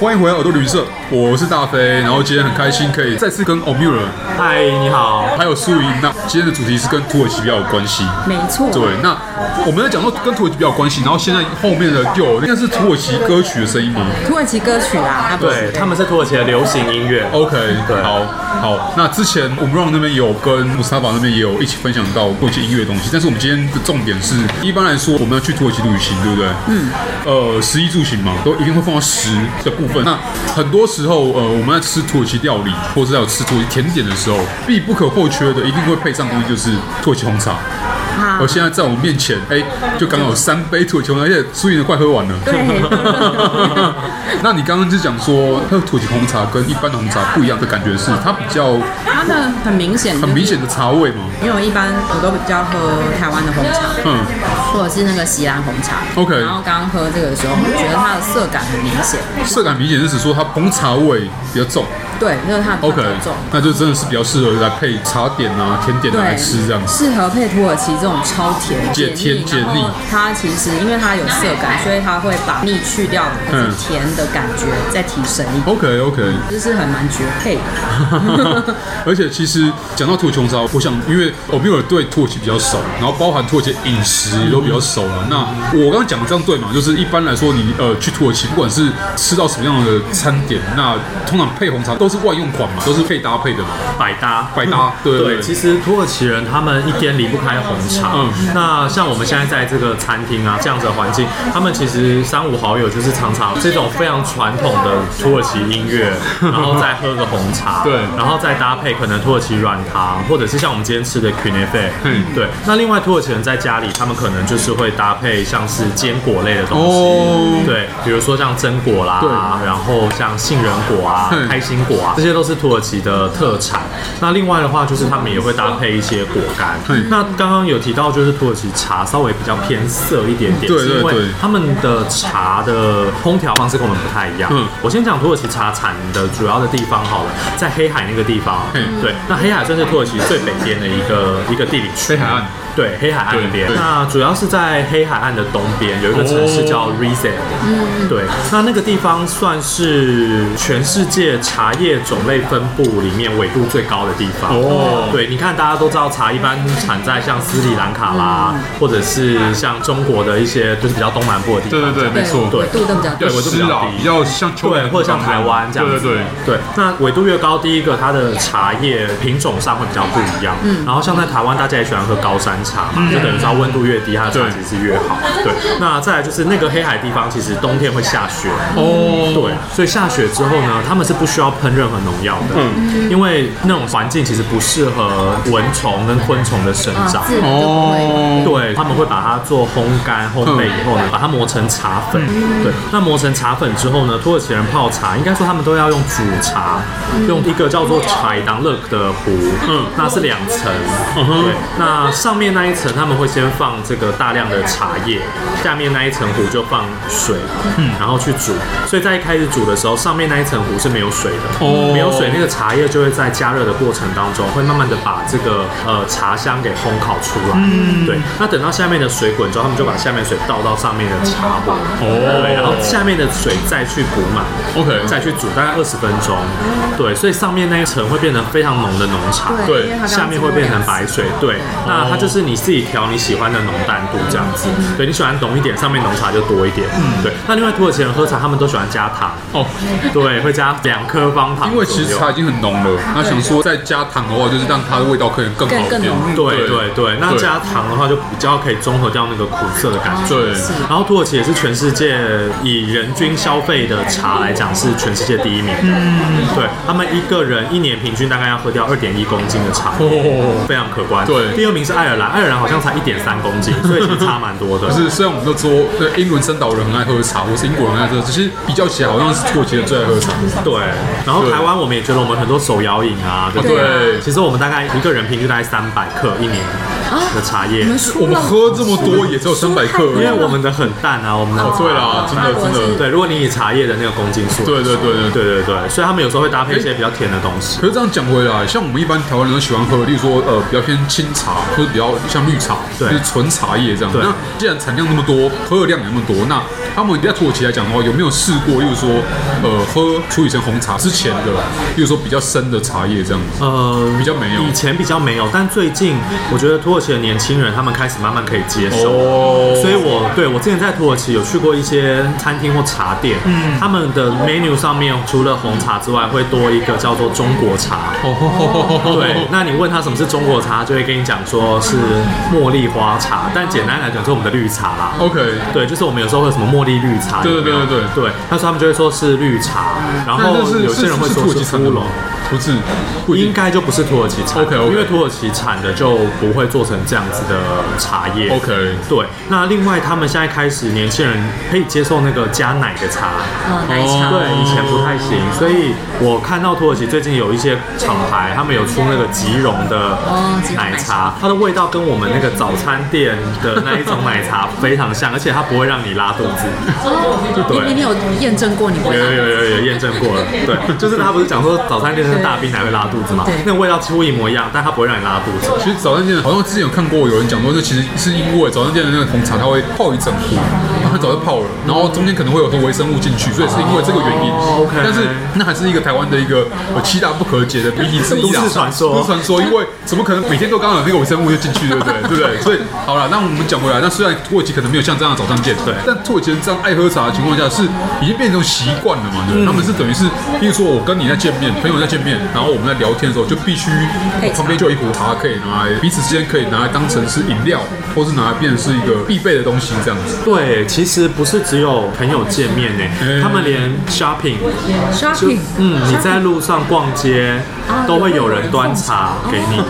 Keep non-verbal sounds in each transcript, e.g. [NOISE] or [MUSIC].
欢迎回来，耳朵旅社，我是大飞，然后今天很开心可以再次跟 Omura 嗨，你好。还有素莹，那今天的主题是跟土耳其比较有关系。没错，对，那我们在讲到跟土耳其比较有关系，然后现在后面的又有那个是土耳其歌曲的声音吗土耳其歌 [LAUGHS] 曲啦，它不对，他们是土耳其的流行音乐。 ？OK，对好，好。那之前我们让那边有跟穆斯塔法那边也有一起分享到过一些音乐的东西，但是我们今天的重点是，一般来说我们要去土耳其旅行，对不对？嗯。呃，食衣住行嘛，都一定会放到食的部分。那很多时候，呃，我们在吃土耳其料理或者在有吃土耳其甜点的时候，必不可或缺的一定会配上东西就是土耳其红茶。啊我现在在我面前，哎、就刚好有三杯土耳其红茶，而且苏怡的快喝完了。 [LAUGHS] 对那你刚刚就讲说，喝土耳其红茶跟一般的红茶不一样的感觉是，它比较它的很明显，很明显的茶味嘛。因为我一般我都比较喝台湾的红茶， [LAUGHS] 嗯，或者是那个锡兰红茶。 OK 然后刚刚喝这个的时候，我觉得它的色感很明显，色感明显是指说它红茶味比较重。对，就是它的比 OK，较重。那就真的是比较适合来配茶点啊、甜点啊来对，吃这样子。适合配土耳其这种超甜解甜解然腻后它其实因为它有涩感，所以它会把腻去掉，可嗯是甜的感觉再提升一点， OK OK，就是很蛮绝配的。 [LAUGHS] 而且其实讲到土耳其红茶，我想因为欧米尔对土耳其比较熟，然后包含土耳其的饮食也都比较熟了。那我刚刚讲的这样对嘛？就是一般来说你，呃去土耳其，不管是吃到什么样的餐点，那通常配红茶都是万用款嘛，都是可以搭配的嘛。百搭，百搭对对对对。其实土耳其人他们一天离不开红茶。嗯那像我们现在在这个餐厅啊，这样子的环境，他们其实三五好友就是常常这种非常传统的土耳其音乐， [LAUGHS] 然后再喝个红茶，对然后再搭配可能土耳其软糖，或者是像我们今天吃的 k u n e f e 嗯对。那另外土耳其人在家里，他们可能就是会搭配像是坚果类的东西，哦对，比如说像榛果啦，对然后像杏仁果啊嗯、开心果啊，这些都是土耳其的特产。那另外的话，就是他们也会搭配一些果干嗯。那刚刚有提到，就是土耳其茶稍微比较偏涩一点点，对是因对为对他们的茶的烹调方式跟我们不太一样。嗯我先讲土耳其茶产的主要的地方好了，在黑海那个地方嗯。对，那黑海算是土耳其最北边的一个一个地理区。黑海岸。对，黑海岸那边对对。哦那主要是在黑海岸的东边有一个城市叫 Rize，、对，那那个地方算是全世界茶叶种类分布里面纬度最高的地方。哦对，你看大家都知道茶一般产在像斯里兰卡嗯啦，或者是像中国的一些就是比较东南部的地方。对对对，没错，对，对纬度都比较低对，。我就比湿较啊，低比较像秋对，或者像台湾这样对子，对对。对那纬度越高，第一个它的茶叶品种上会比较不一样。嗯，然后像在台湾，大家也喜欢喝高山茶嘛，就等于说它温度越低，它的茶嗯对其实越好。对，那再来就是那个黑海地方，其实冬天会下雪。哦，对，所以下雪之后哦呢，他们是不需要喷任何农药的，嗯，因为那种环境其实不适合蚊虫跟昆虫的生啊，长。自然就不会哦，对，他们会把它做烘干、烘焙以后呢，把它磨成茶粉。对，那磨成茶粉之后呢，土耳其人泡茶，应该说他们都要用煮茶，用一个叫做柴当勒的壶，嗯，那是两层，对，那上面那一层他们会先放这个大量的茶叶，下面那一层壶就放水，嗯，然后去煮。所以在一开始煮的时候，上面那一层壶是没有水的，哦没有水，那个茶叶就会在加热的过程当中，会慢慢的把这个呃茶香给烘烤出来。嗯，对。那等到下面的水滚之后，他们就把下面的水倒到上面的茶壶，哦对，然后下面的水再去补满。 OK 哦再去煮大概二十分钟，对，所以上面那一层会变成非常浓的浓茶，对因为它刚刚下面会变成白水，对，那它就是你自己调你喜欢的浓淡度这样子，嗯对你喜欢浓一点，上面浓茶就多一点，对。那另外土耳其人喝茶，他们都喜欢加糖，哦，对，会加两颗方糖左右，因为其实茶已经很浓了，那想说再加糖的话，就是让它的味道可以更好一更点更浓。郁对对对，那加糖的话就比较可以综合掉那个苦涩的感觉。对是然后土耳其也是全世界以人均消费的茶来讲是全世界第一名。嗯，对他们一个人一年平均大概要喝掉二点一公斤的茶，哦，非常可观。对第二名是爱尔兰，爱尔兰好像才一点三公 [LAUGHS] 斤，所以其实差蛮多的。可是虽然我们都说，呃，英伦三岛人很爱喝茶，或是英国人很爱喝，只是比较起来，好像是土耳其人最爱喝茶。对，然后对台湾我们也觉得我们很多手摇饮啊，对不对啊其实我们大概一个人平均大概三百克一年的茶叶你，们输哦我们了，喝这么多也只有三百克而因为已。我们的很淡啊，我们的哦，对啦，真的真的，对，如果你以茶叶的那个公斤数，对对对对对。对对对，所以他们有时候会搭配一些比较甜的东西。可是这样讲回来，像我们一般台湾人都喜欢喝，例如说呃比较偏清茶，或者比较像绿茶，对就是纯茶叶这样。对那既然产量那么多，喝的量也那么多，那他们在土耳其来讲的话，有没有试过，例如说，呃，喝处理成红茶之前的，例如说比较深的茶叶这样子？呃，比较没有以前比较没有，但最近我觉得土耳其的年轻人他们开始慢慢可以接受。哦所以我对我之前在土耳其有去过一些餐厅或茶店，嗯，他们的 menu 上面除了红茶之外，会多一个叫做中国茶。 [LAUGHS] [LAUGHS] 哦对，那你问他什么是中国茶，他就会跟你讲说是茉莉花茶，但简单来讲就是我们的绿茶啦。 ，OK，对，就是我们有时候会有什么茉莉绿茶，对对对有没有对对对。那时候他们就会说是绿茶，然后那那是有些人会是是说土耳其是产的乌吗龙。？不是，不一定应该就不是土耳其产 OK，OK 因为土耳其产的就不会做成这样子的茶叶。 OK 对。那另外，他们现在开始年轻人可以接受那个加奶的茶，嗯，奶茶。哦对，以前不太行。所以我看到土耳其最近有一些厂牌，他们有出那个吉溶的哦吉溶奶奶茶茶，它的味道跟我们那个早餐店的那一种奶茶非常像，而且它不会让你拉肚子。你哦你你有验证过你不会有拉有有有有验证过了，对，就是他不是讲说早餐店是大冰奶会拉肚子嘛对，那个味道几乎一模一样，但它不会让你拉肚子。其实早餐店好像之前有看过有人讲说，这其实是因为早餐店的那个红茶它会泡一整壶，然后它早就泡了，然后中间可能会有很多微生物进去，所以是因为这个原因。哦，OK 但是那还是一个台湾的一个呃七大不可解的谜题之一啦。啊都市传说都市传说，因为怎么可能每天都刚好有那个微生物就进去，对不对？对不对？所以好了，那我们讲回来，那虽然土耳其可能没有像这样的早餐店，嗯对，但土耳其人这样爱喝茶的情况下是已经变成习惯了嘛？对不嗯对，他们是等于是，比如说我跟你在见面，朋友在见面，然后我们在聊天的时候就必须哎配茶旁边就有一壶茶可以拿来，彼此之间可以拿来当成是饮料，或是拿来变成是一个必备的东西这样子。对，其实不是只有朋友见面呢嗯，他们连 shopping，就 shopping，嗯，你 shopping 在路上逛街啊哦都会有人端茶给你。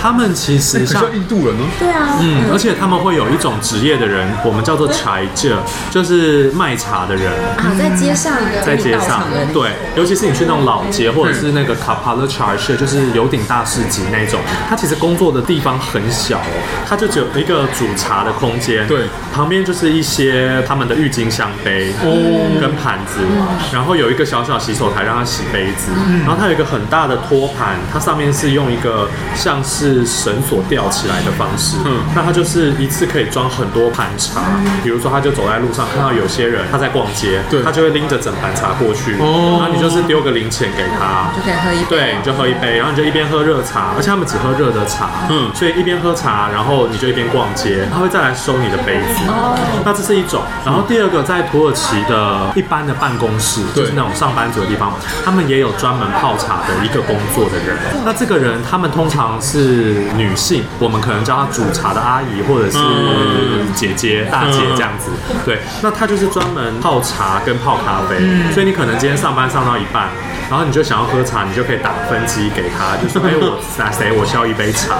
他们其实可 [LAUGHS] 像像印度人呢，对啊，嗯，而且他们会有一种职业的人，我们叫做柴者，就是卖茶的人。啊，在街上在街上的，那个道场的对，尤其是你去那种老街，嗯或者是那个 Kapala Church，就是有顶大市集那种，它其实工作的地方很小哦，它就只有一个煮茶的空间，对旁边就是一些他们的浴巾、香杯哦，跟盘子，然后有一个小小洗手台让他洗杯子，然后它有一个很大的托盘，它上面是用一个像是绳索吊起来的方式，嗯那它就是一次可以装很多盘茶，比如说他就走在路上看到有些人他在逛街，对他就会拎着整盘茶过去，哦然后你就是丢个零钱给他。就可以喝一杯。对，你就喝一杯，然后你就一边喝热茶，而且他们只喝热的茶，嗯嗯，所以一边喝茶，然后你就一边逛街，他会再来收你的杯子。哦那这是一种，然后第二个在土耳其的一般的办公室，对就是那种上班族的地方，他们也有专门泡茶的一个工作的人。那这个人，他们通常是女性，我们可能叫她煮茶的阿姨或者是嗯姐姐、大姐这样子。对，那她就是专门泡茶跟泡咖啡，嗯所以你可能今天上班上到一半。然后你就想要喝茶，你就可以打分机给她， [LAUGHS] 就说：“哎，我哪谁我需要一杯茶。”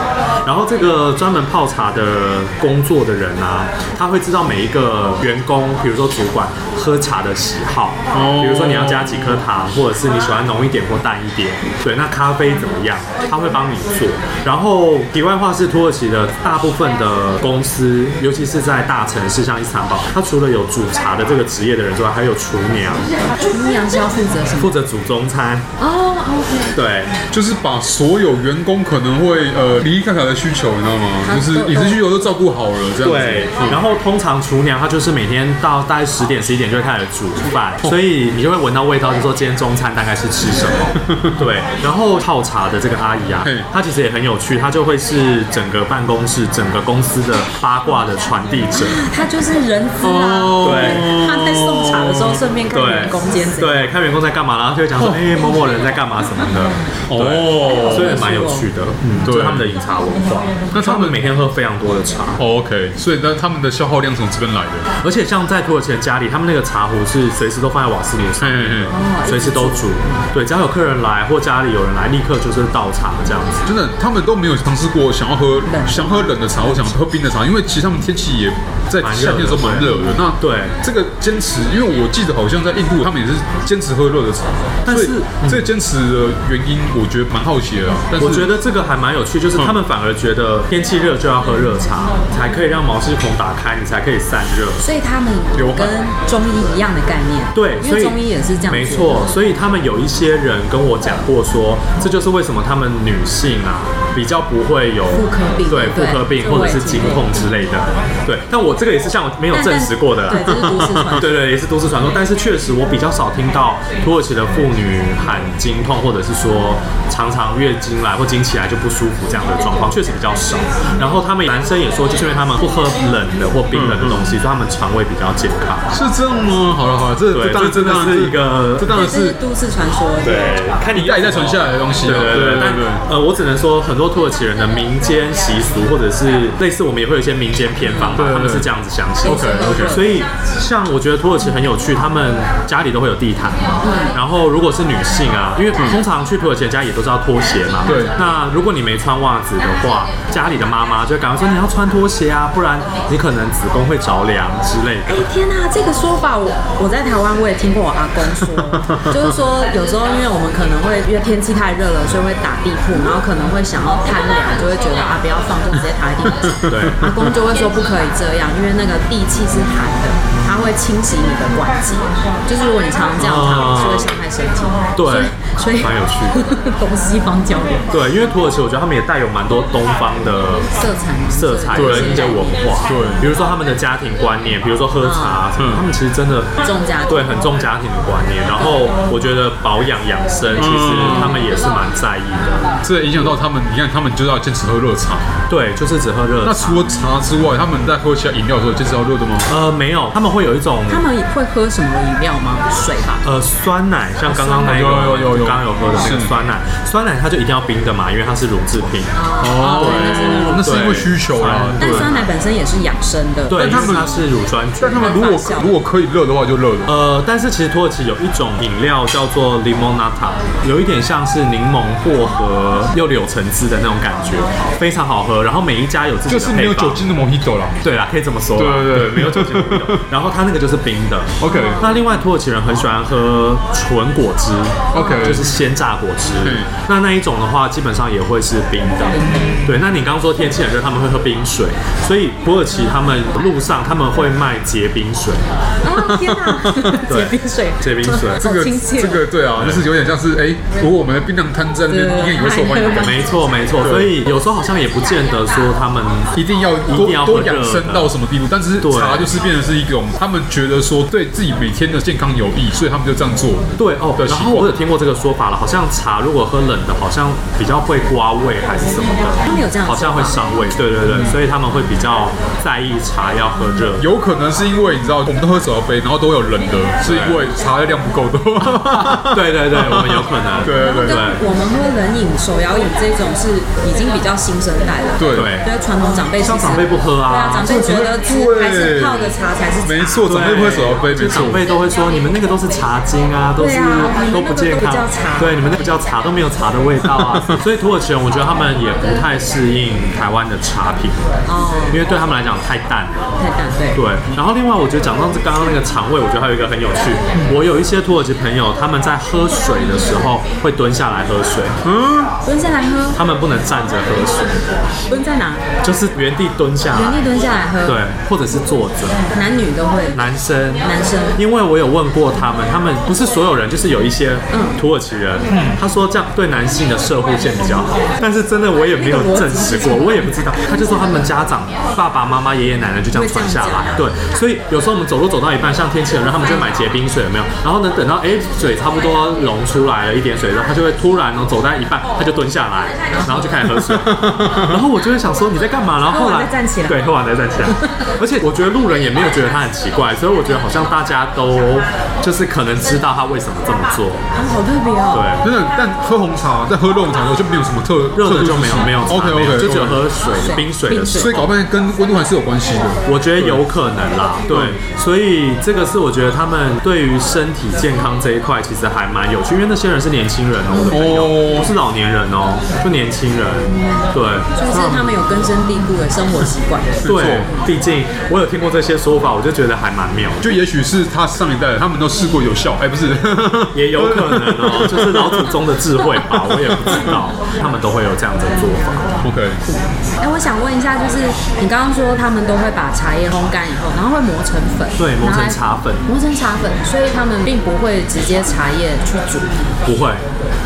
然后这个专门泡茶的工作的人啊，他会知道每一个员工，比如说主管喝茶的喜好，哦比如说你要加几颗糖，或者是你喜欢浓一点或淡一点。对，那咖啡怎么样？他会帮你做。然后题外话是，土耳其的大部分的公司，尤其是在大城市，像伊斯坦堡，它除了有煮茶的这个职业的人之外，还有厨娘，厨娘是要负责什么？负责煮中餐。哦，OK，对，就是把所有员工可能会呃离离开开的需求，你知道吗？就是饮食需求都照顾好了这样子。啊对，嗯然后通常厨娘她就是每天到大概十点十一点就会开始煮饭，所以你就会闻到味道，就说今天中餐大概是吃什 [LAUGHS] 么。对，然后泡茶的这个阿姨啊嘿，她其实也很有趣，她就会是整个办公室、整个公司的八卦的传递者。他就是人资哦哦啊。对他在送茶的时候顺便看对哎员工兼职。哦对，看员工在干嘛，然后就会讲说，哎，某某人在干嘛什么的。哦对所以蛮有趣的，嗯，对对他们的饮茶文化。那那他他们们每天喝非常多的茶，哦 OK，所以那他们的消耗量是从这边来的。而且像在土耳其的家里，他们那个茶壶是随时都放在瓦斯炉上嘿。嘿嘿。哦随时都煮。对，只要有客人来或家里有人来，立刻就是倒茶这样子。真的，他们都没有尝试过想要喝想喝冷的茶或想喝冰的茶，因为其实他们天气也在哎夏天的时候蛮热的。那对这个坚持，因为我记得好像在印度他们也是坚持喝热的茶，但是嗯所以这个坚持的原因，我觉得蛮好奇的啦。但是嗯我觉得这个还蛮有趣，就是他们反而觉得天气热就要喝热茶，才可以让毛细孔打开，你才可以散热。所以他们流汗跟中医一样的概念。对，因所为以中医也是这样。没错，，所以他们有一些人跟我讲过说，这就是为什么他们女性啊比比较不会有妇科病对妇对科病这或我者也是听经过痛之类的。对，但我这个也是像没有但证但实过的啦。对，这是都市传 [LAUGHS] 说。对对，也是都市传说，但是确实我比较少听到土耳其的妇女喊经痛，或者是说常常月经来或经期来就不舒服这样的状况，确实比较少。然后他们男生也说，就是因为他们不喝冷的或冰冷的东西，所以他们肠胃比较健康。是这样吗？好了好了，这对这当然这真的当然是一个这当然这是是都市传说。对，看你一代一代传下来的东西啊对对对对对但对呃，我只能说，很多土耳其人的民间习俗，或者是类似我们也会有一些民间偏方对对，嘛对他们是这样子相信。 OK 对 OK，所以像我觉得土耳其很有趣，他们家里都会有地毯，嗯然后如果是女性啊，因为通常去土耳其的家也都是要拖鞋嘛，对那如果你没穿袜子的话，家里的妈妈就会赶快说你要穿拖鞋啊，不然你可能子宫会着凉之类的。哎天呐，这个说法我我在台湾我也听过我阿公说，就是说有时候因为我们可能会因为天气太热了，所以会打地铺，然后可能会想要贪凉，就会觉得啊不要放，就直接躺在地上。对阿公就会说不可以这样，因为那个地气是寒的，它会清洗你的管肌，就是如果你常常这样躺，是会伤害身体。啊对所以所以蛮有趣的， [LAUGHS] 东西方交流。对，因为土耳其我觉得他们也带有蛮多东方的色彩色彩对跟一些文化，对比如说他们的家庭观念，比如说喝茶什么嗯，他们其实真的重家庭对，很重家庭的观念。然后我觉得保养养生，其实嗯他们也是蛮在意的。这影响到他们，你看他们就是要坚持喝热茶。对，就是只喝热那茶。除了茶之外，他们在喝其他饮料的时候，坚持要热的吗？呃，没有，他们会有一种他们会喝什么饮料吗？水吧。呃酸奶，像刚刚那个有有有有刚刚有喝的那个是酸奶，酸奶它就一定要冰的嘛，因为它是乳制品。啊哦对那是因为那是因为需求啦。对但酸奶本身也是养生的。但对，因他为们它是乳酸菌但。他们如果发酵如果可以热的话，就热的。呃，但是其实土耳其有一种饮料叫做 limonata，有一点像是柠檬薄荷又柳橙汁的那种感觉，非常好喝。然后每一家有自己就的是没有配方酒。精的 Mojito 啦。对啦，可以这么说啦。对对对没有酒精的饮料。 [LAUGHS] 然后它那个就是冰的。 OK 那另外土耳其人很喜欢喝纯果汁 OK 就是鲜榨果汁。嗯那那一种的话，基本上也会是冰的。对，那你刚刚说天气很热，他们会喝冰水，所以土耳其他们路上他们会卖结冰水。啊 [LAUGHS] 天哪！对结冰水，结冰水这个 [LAUGHS] 好亲切哦这个对啊，就是有点像是哎，如果我们的槟榔摊在那边，应该也会受欢迎啊的。 [LAUGHS] 没错没错，所以有时候好像也不见得说他们一定要一定要多多喝热的养生到什么地步，但是对茶就是变成是一种他们觉得说对自己每天的健康有益，所以他们就这样做。对哦的。习然惯后我有听过这个说法了，好像茶如果喝冷的，好像比较会刮胃还是什么的，他们有这样好像会伤胃。对对对，所以他们会比较在意茶要喝热。有可能是因为你知道，我们都喝手摇杯，然后都有冷的，是因为茶的量不够多。 [LAUGHS] 对对对，我们有可能。对对跟对我们喝冷饮、手摇饮这种是已经比较新生代了。对对对，传统长辈其实像长辈不喝对啊啊，长。辈觉得只对还是泡的茶才是茶没错，长辈不会手摇杯，就没错长。辈都会说，你们那个都是茶精啊，都是、对啊都不健康你们那个都不叫茶，对，你们那个叫茶都没有茶的味道啊。 [LAUGHS] 所以土耳其人，我觉得他们也不太适应台湾的茶品，哦，因为对他们来讲太淡了。太淡对。对，然后另外我觉得讲到这刚刚那个肠胃，我觉得还有一个很有趣。我有一些土耳其朋友，他们在喝水的时候会蹲下来喝水，嗯蹲下来喝，他们不能站着喝水，蹲在哪？就是原地蹲下原地来，蹲下来喝。对，或者是坐着。男女都会。男生，男生 [LAUGHS] 因为我有问过他们，他们不是所有人，就是有一些嗯土耳其人，他说这样对男性的射护腺比较好，但是真的我也没有证实过，我也不知道。他就说他们家长、爸爸妈妈、爷爷奶奶就这样传下来，对，所以有时候我们走路走到一半，像天气很热，他们就会买结冰水，有没有？然后呢，等到哎水差不多溶出来了，一点水之后，他就会突然呢走在一半，他就蹲下来，然后就开始喝水，然后我就会想说你在干嘛？然后后喝来完再站起来对，喝完再站起来。而且我觉得路人也没有觉得他很奇怪，所以我觉得好像大家都就是可能知道他为什么这么做。啊，好特别哦。对，真的，但喝红茶在喝热红茶的时候就没有什么特热的就没有没有 OK 没有 OK，就只有喝水冰水的时所以搞候。半天跟温度还是有关系的。我觉得有可能啦，对，所以这个是我觉得他们对于身体健康这一块其实还蛮有趣，因为那些人是年轻人哦、我的朋友哦不是老年人哦、就年轻人，对，就是他们有根深蒂固的生活习惯。对，毕竟我有听过这些说法，我就觉得还蛮妙的，就也许是他上一代的，他们都试过有效，哎、不是， [LAUGHS] 也有可能哦，就是老祖宗的智慧 [LAUGHS] 吧，我也不知道，他们都会有这样的做法。 OK，哎、我想问一下，就是你刚刚说他们都会把茶叶烘干以后，然后会磨成粉，对磨成拿来茶粉磨成茶粉，所以他们并不会直接茶叶去煮，不会，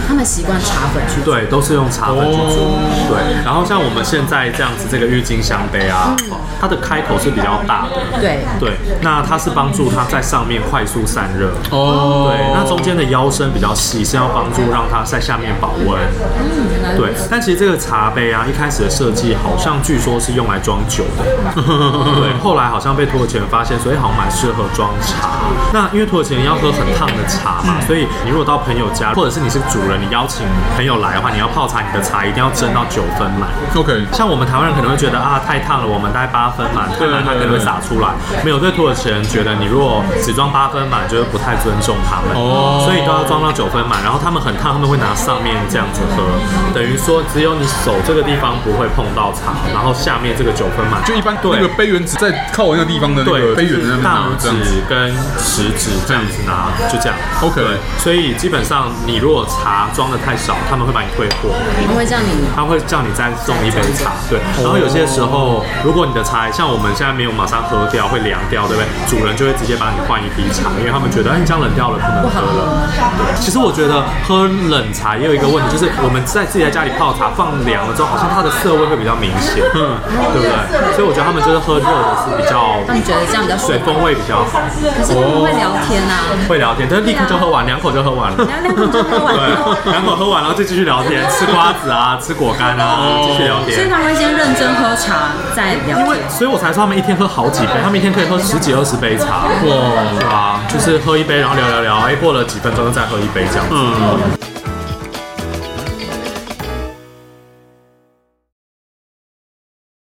他们习惯茶粉去煮。对，都是用茶粉去做。哦对，然后像我们现在这样子这个郁金香杯啊，嗯它的开口是比较大的，对对，那它是帮助它在上面快速散热。哦对，那中间的腰身比较细，是要帮助让它在下面保温。嗯，原来对，但其实这个茶杯啊，一开始的设计好像据说是用来装酒的，对，后来好像被土耳其人发现，所以好像蛮适合装茶。那因为土耳其人要喝很烫的茶嘛，所以你如果到朋友家，或者是你是主人，你邀请朋友来的话，你要泡茶，你的茶一定要蒸到九分满。 ，OK，像我们台湾人可能会觉得啊太烫了，我们大概八分满，太满它可能会洒出来。没有，对土耳其人觉得你如果只装八分满，就是不太尊重他们，哦所以都要装到九分满。然后他们很烫，他们会拿上面这样子喝，等于说只有你手这个地方不会碰到茶，然后下面这个九分满就一般对那个杯原子在靠我那个地方的那对个杯就原是的那边大拿拇这样子指跟食指这样子拿，就这样。 ，OK，所以基本上你如果茶装的太少，他们会把你退货。他会叫你他会叫你再送一杯茶，对。然后有些时候，如果你的茶像我们现在没有马上喝掉，会凉掉，对不对？主人就会直接帮你换一批茶，因为他们觉得哎，你这样冷掉了不能喝了。对，其实我觉得喝冷茶也有一个问题，就是我们在自己在家里泡茶，放凉了之后，好像它的涩味会比较明显，嗯，对不对？所以我觉得他们就是喝热的是比较他们觉得这样比较舒水服，风味比较好，可是他们会聊天啊，会聊天，但是立刻就喝完，两口就喝完了。聊 [LAUGHS] 两口就喝完了。对，两口喝完，然后就继续聊天，吃瓜子啊，吃果干啊，哦继续聊天。所以他们会先认真喝茶，再聊因为天。，所以我才说他们一天喝好几杯，他们一天可以喝十几二十杯茶，哇，对啊，就是喝一杯，然后聊聊聊，哎，过了几分钟又再喝一杯这样子。嗯，